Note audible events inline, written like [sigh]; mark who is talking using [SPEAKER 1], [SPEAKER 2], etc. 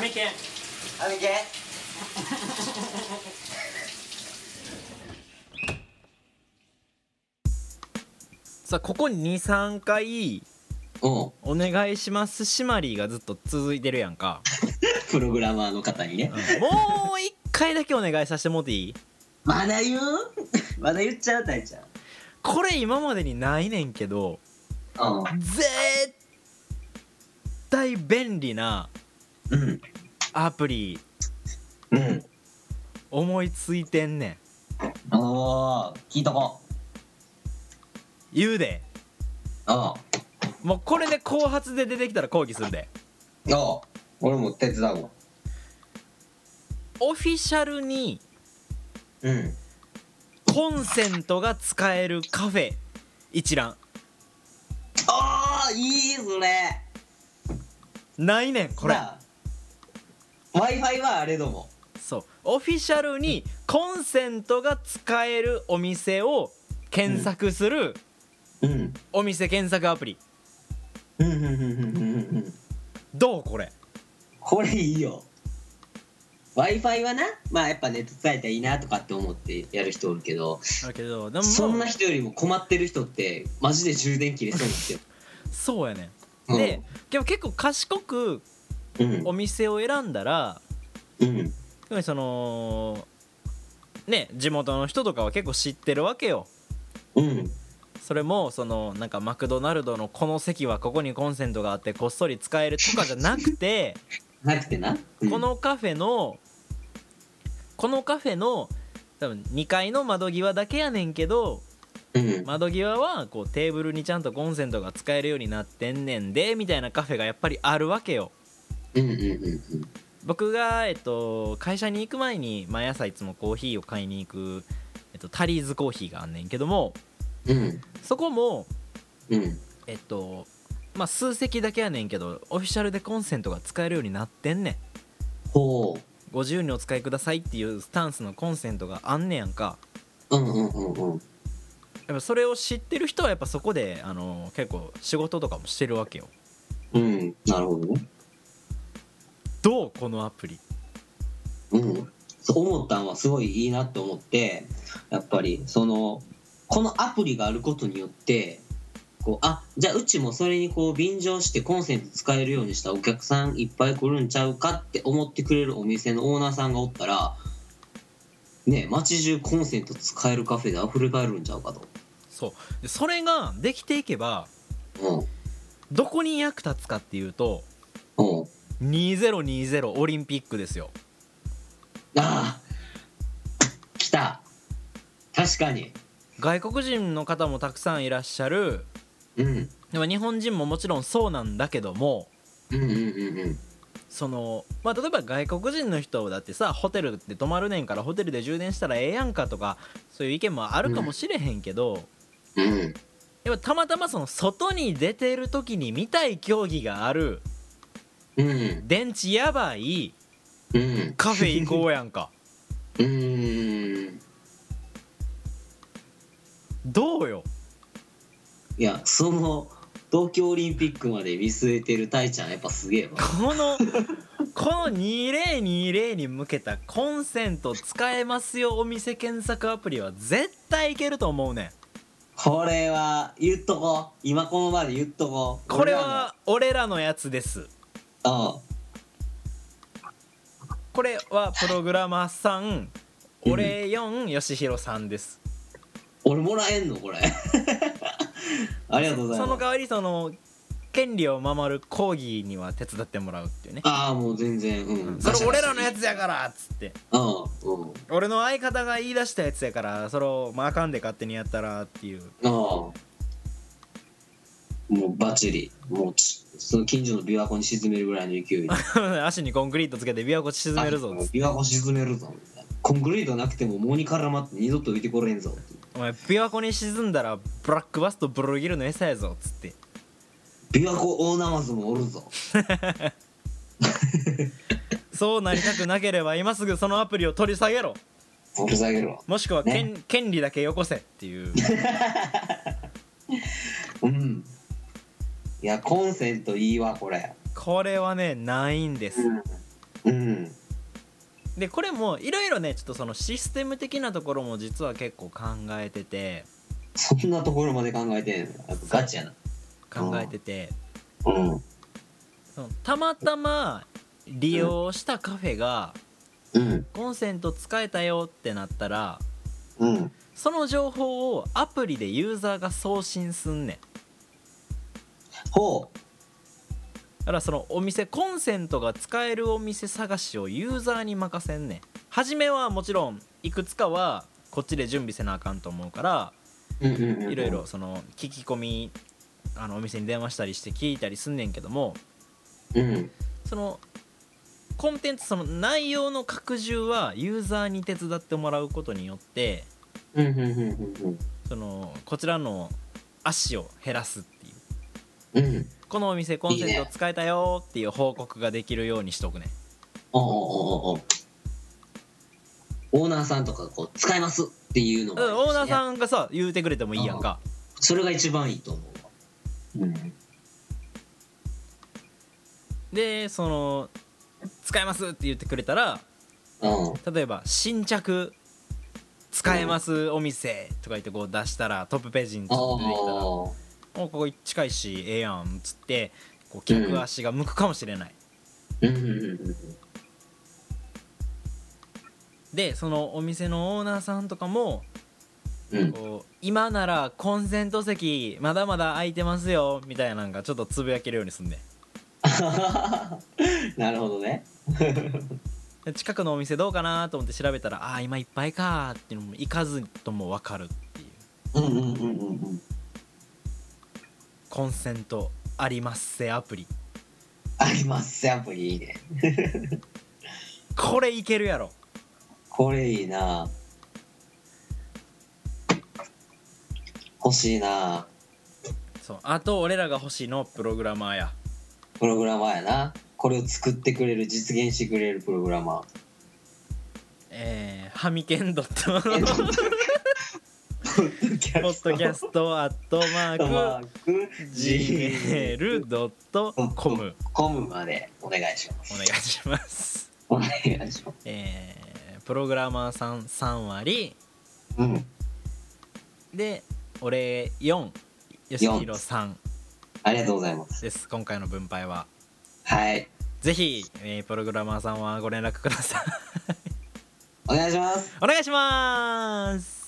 [SPEAKER 1] メ犬
[SPEAKER 2] あめけ
[SPEAKER 3] さあここ23回
[SPEAKER 2] うん
[SPEAKER 3] 「お願いしますシマリー」がずっと続いてるやんか、
[SPEAKER 2] プログラマーの方に
[SPEAKER 3] う
[SPEAKER 2] ね
[SPEAKER 3] んもう一回だけお願いさせてもっていい
[SPEAKER 2] まだ言うまだ言っちゃうたいちゃん
[SPEAKER 3] これ今までにないねんけど
[SPEAKER 2] うん
[SPEAKER 3] 絶対便利な
[SPEAKER 2] うん
[SPEAKER 3] アプリ
[SPEAKER 2] うん
[SPEAKER 3] 思いついてんねん
[SPEAKER 2] おー聞いとこ
[SPEAKER 3] 言うで
[SPEAKER 2] う
[SPEAKER 3] もうこれで後発で出てきたら抗議するで
[SPEAKER 2] んお俺も手伝うわ
[SPEAKER 3] オフィシャルに
[SPEAKER 2] うん
[SPEAKER 3] コンセントが使えるカフェ一覧
[SPEAKER 2] あーいいそれ
[SPEAKER 3] ないねんこれ
[SPEAKER 2] w i f i はあれども
[SPEAKER 3] そうオフィシャルにコンセントが使えるお店を検索する
[SPEAKER 2] うん
[SPEAKER 3] お店検索アプリ
[SPEAKER 2] うんうんうんうんうんうん
[SPEAKER 3] どうこれ
[SPEAKER 2] これいいよ w i f i はなまあやっぱネット使えたらいいなとかって思ってやる人おるけど
[SPEAKER 3] だけどでも
[SPEAKER 2] そんな人よりも困ってる人ってマジで充電切れそうなんですよ。
[SPEAKER 3] そうやね
[SPEAKER 2] うん
[SPEAKER 3] んででも結構賢く
[SPEAKER 2] うん
[SPEAKER 3] お店を選んだら
[SPEAKER 2] うん
[SPEAKER 3] つまりそのね地元の人とかは結構知ってるわけよ
[SPEAKER 2] うん
[SPEAKER 3] それもそのなんかマクドナルドのこの席はここにコンセントがあってこっそり使えるとかじゃなくて
[SPEAKER 2] なくてな、うん
[SPEAKER 3] このカフェのこのカフェの多分2階の窓際だけやねんけど
[SPEAKER 2] うん
[SPEAKER 3] 窓際はこうテーブルにちゃんとコンセントが使えるようになってんねんでみたいなカフェがやっぱりあるわけよ
[SPEAKER 2] うんうんうん
[SPEAKER 3] 僕が、えっと、会社に行く前に毎朝いつもコーヒーを買いに行く、えっと、タリーズコーヒーがあんねんけども
[SPEAKER 2] うん
[SPEAKER 3] そこも
[SPEAKER 2] うん
[SPEAKER 3] えっとまあ数席だけやねんけどオフィシャルでコンセントが使えるようになってんねん
[SPEAKER 2] ほ
[SPEAKER 3] ご自由にお使いくださいっていうスタンスのコンセントがあんねやんか
[SPEAKER 2] ううんうんうんうん
[SPEAKER 3] やっぱそれを知ってる人はやっぱそこであの結構仕事とかもしてるわけよ
[SPEAKER 2] うんなるほどね。
[SPEAKER 3] どうこのアプリ
[SPEAKER 2] うんそう思ったんはすごいいいなって思ってやっぱりそのこのアプリがあることによってこうあじゃあうちもそれにこう便乗してコンセント使えるようにしたらお客さんいっぱい来るんちゃうかって思ってくれるお店のオーナーさんがおったらね街中コンセント使えるカフェで溢れ返るんちゃうかと。
[SPEAKER 3] そうでそれができていけば
[SPEAKER 2] うん
[SPEAKER 3] どこに役立つかっていうと
[SPEAKER 2] うん、
[SPEAKER 3] 2020オリンピックですよ
[SPEAKER 2] ああ来た確かに
[SPEAKER 3] 外国人の方もたくさんいらっしゃる
[SPEAKER 2] うん
[SPEAKER 3] でも日本人ももちろんそうなんだけども
[SPEAKER 2] うんうんうんうん
[SPEAKER 3] そのまあ例えば外国人の人だってさホテルで泊まるねんからホテルで充電したらええやんかとかそういう意見もあるかもしれへんけど、
[SPEAKER 2] うん
[SPEAKER 3] やっぱたまたまその外に出てる時に見たい競技がある
[SPEAKER 2] うん
[SPEAKER 3] 電池やばい
[SPEAKER 2] うん
[SPEAKER 3] カフェ行こうやん
[SPEAKER 2] [laughs]
[SPEAKER 3] か
[SPEAKER 2] うーん
[SPEAKER 3] どうよ
[SPEAKER 2] いやその東京オリンピックまで見据えてるたいちゃんやっぱすげえわ
[SPEAKER 3] このこの2020に向けたコンセント使えますよお店検索アプリは絶対いけると思うねん
[SPEAKER 2] これは言っとこう今この場で言っとこう
[SPEAKER 3] これは俺らのやつです
[SPEAKER 2] 俺らの
[SPEAKER 3] これはプログラマーさん
[SPEAKER 2] うん
[SPEAKER 3] 俺4よしひろさんです
[SPEAKER 2] うん俺もらえんのこれ [laughs] ありがとうござい
[SPEAKER 3] そ
[SPEAKER 2] ます
[SPEAKER 3] の代わりその権利を守る講義には手伝ってもらうっていうね
[SPEAKER 2] ああもう全然う
[SPEAKER 3] うん
[SPEAKER 2] ん
[SPEAKER 3] それ俺らのや
[SPEAKER 2] つ
[SPEAKER 3] つやからっつって
[SPEAKER 2] うんうん
[SPEAKER 3] 俺の相方が言い出したやつやからそれをまああかんで勝手にやったらっていう [laughs]
[SPEAKER 2] ああもうバッチリもうちその近所の琵琶湖に沈めるぐらいの勢
[SPEAKER 3] [laughs]
[SPEAKER 2] いで
[SPEAKER 3] 足にコンクリートつけて琵琶湖沈めるぞ
[SPEAKER 2] あ
[SPEAKER 3] っつって
[SPEAKER 2] 琵琶湖沈めるぞみたいなコンクリートなくても藻に絡まって二度と浮いてこれへんぞって
[SPEAKER 3] お前琵琶湖に沈んだらブラックバスとブルーギルの餌やぞっつって
[SPEAKER 2] 琵琶湖大ナマズもおるぞ
[SPEAKER 3] そうなりたくなければ今すぐそのアプリを取り下げろ
[SPEAKER 2] 掘り下げるわ
[SPEAKER 3] もしくは権,、権利だけよこせって
[SPEAKER 2] [laughs]
[SPEAKER 3] いう
[SPEAKER 2] うんいやコンセントいいわこれ
[SPEAKER 3] これはねないんです、
[SPEAKER 2] うんうん
[SPEAKER 3] でこれもいろいろねちょっとそのシステム的なところも実は結構考えてて
[SPEAKER 2] そんなところまで考えてんのやっぱガチやな
[SPEAKER 3] 考えてて
[SPEAKER 2] うん
[SPEAKER 3] そのたまたま利用したカフェが
[SPEAKER 2] うん
[SPEAKER 3] コンセント使えたよってなったら
[SPEAKER 2] うん
[SPEAKER 3] その情報をアプリでユーザーが送信すんねん
[SPEAKER 2] ほ
[SPEAKER 3] だからそのお店コンセントが使えるお店探しをユーザーに任せんねん初めはもちろんいくつかはこっちで準備せなあかんと思うから
[SPEAKER 2] ううんうんうん
[SPEAKER 3] いろいろその聞き込みあのお店に電話したりして聞いたりすんねんけども
[SPEAKER 2] うん
[SPEAKER 3] そのコンテンツその内容の拡充はユーザーに手伝ってもらうことによって
[SPEAKER 2] うんうんうんうん
[SPEAKER 3] そのこちらの足を減らすっていう
[SPEAKER 2] うんうん
[SPEAKER 3] このお店コンセ
[SPEAKER 2] いい
[SPEAKER 3] ント
[SPEAKER 2] ね
[SPEAKER 3] 使えたよっていう報告ができるようにしとくね
[SPEAKER 2] おうおうおうおうオーナーさんとかこう使いますっていうの
[SPEAKER 3] うんオーナー
[SPEAKER 2] ん
[SPEAKER 3] さんがさ言うてくれてもいいやんか
[SPEAKER 2] それが一番いいと思うわうん
[SPEAKER 3] でその使えますって言ってくれたら
[SPEAKER 2] うん
[SPEAKER 3] 例えば新着使えますお店とか言ってこう出したらトップページに出てきたらお
[SPEAKER 2] ああ
[SPEAKER 3] ここ近いしええやんっつってこう客足が向くかもしれない、
[SPEAKER 2] うんうんうん
[SPEAKER 3] でそのお店のオーナーさんとかも
[SPEAKER 2] うん
[SPEAKER 3] こう今ならコンセント席まだまだ空いてますよみたいなんがちょっとつぶやけるようにすんで
[SPEAKER 2] なるほどね。
[SPEAKER 3] で近くのお店どうかなと思って調べたらああー今いっぱいかーっていうのも行かずとも分かるっていう
[SPEAKER 2] うんうんうんうん。
[SPEAKER 3] コンセントありますせアプリ
[SPEAKER 2] あります、アプリいいね。
[SPEAKER 3] これいけるやろ
[SPEAKER 2] これいいな。欲しいな。
[SPEAKER 3] そうあと俺らが欲しいのプログラマーや
[SPEAKER 2] プログラマーやな。これを作ってくれる、実現してくれるプログラマー。
[SPEAKER 3] えー、ハミケンドット
[SPEAKER 2] えっと
[SPEAKER 3] ポッドキャストアットマーク gmail.com
[SPEAKER 2] コムまでお願いします。
[SPEAKER 3] お願いします
[SPEAKER 2] お願いします。
[SPEAKER 3] えー、プログラマーさん3割
[SPEAKER 2] うん。
[SPEAKER 3] で俺4吉弘3
[SPEAKER 2] ありがとうございます。
[SPEAKER 3] です今回の分配は
[SPEAKER 2] はい。
[SPEAKER 3] ぜひ、えープログラ [laughs] マーさんはご連絡ください
[SPEAKER 2] お願いします。
[SPEAKER 3] お願いします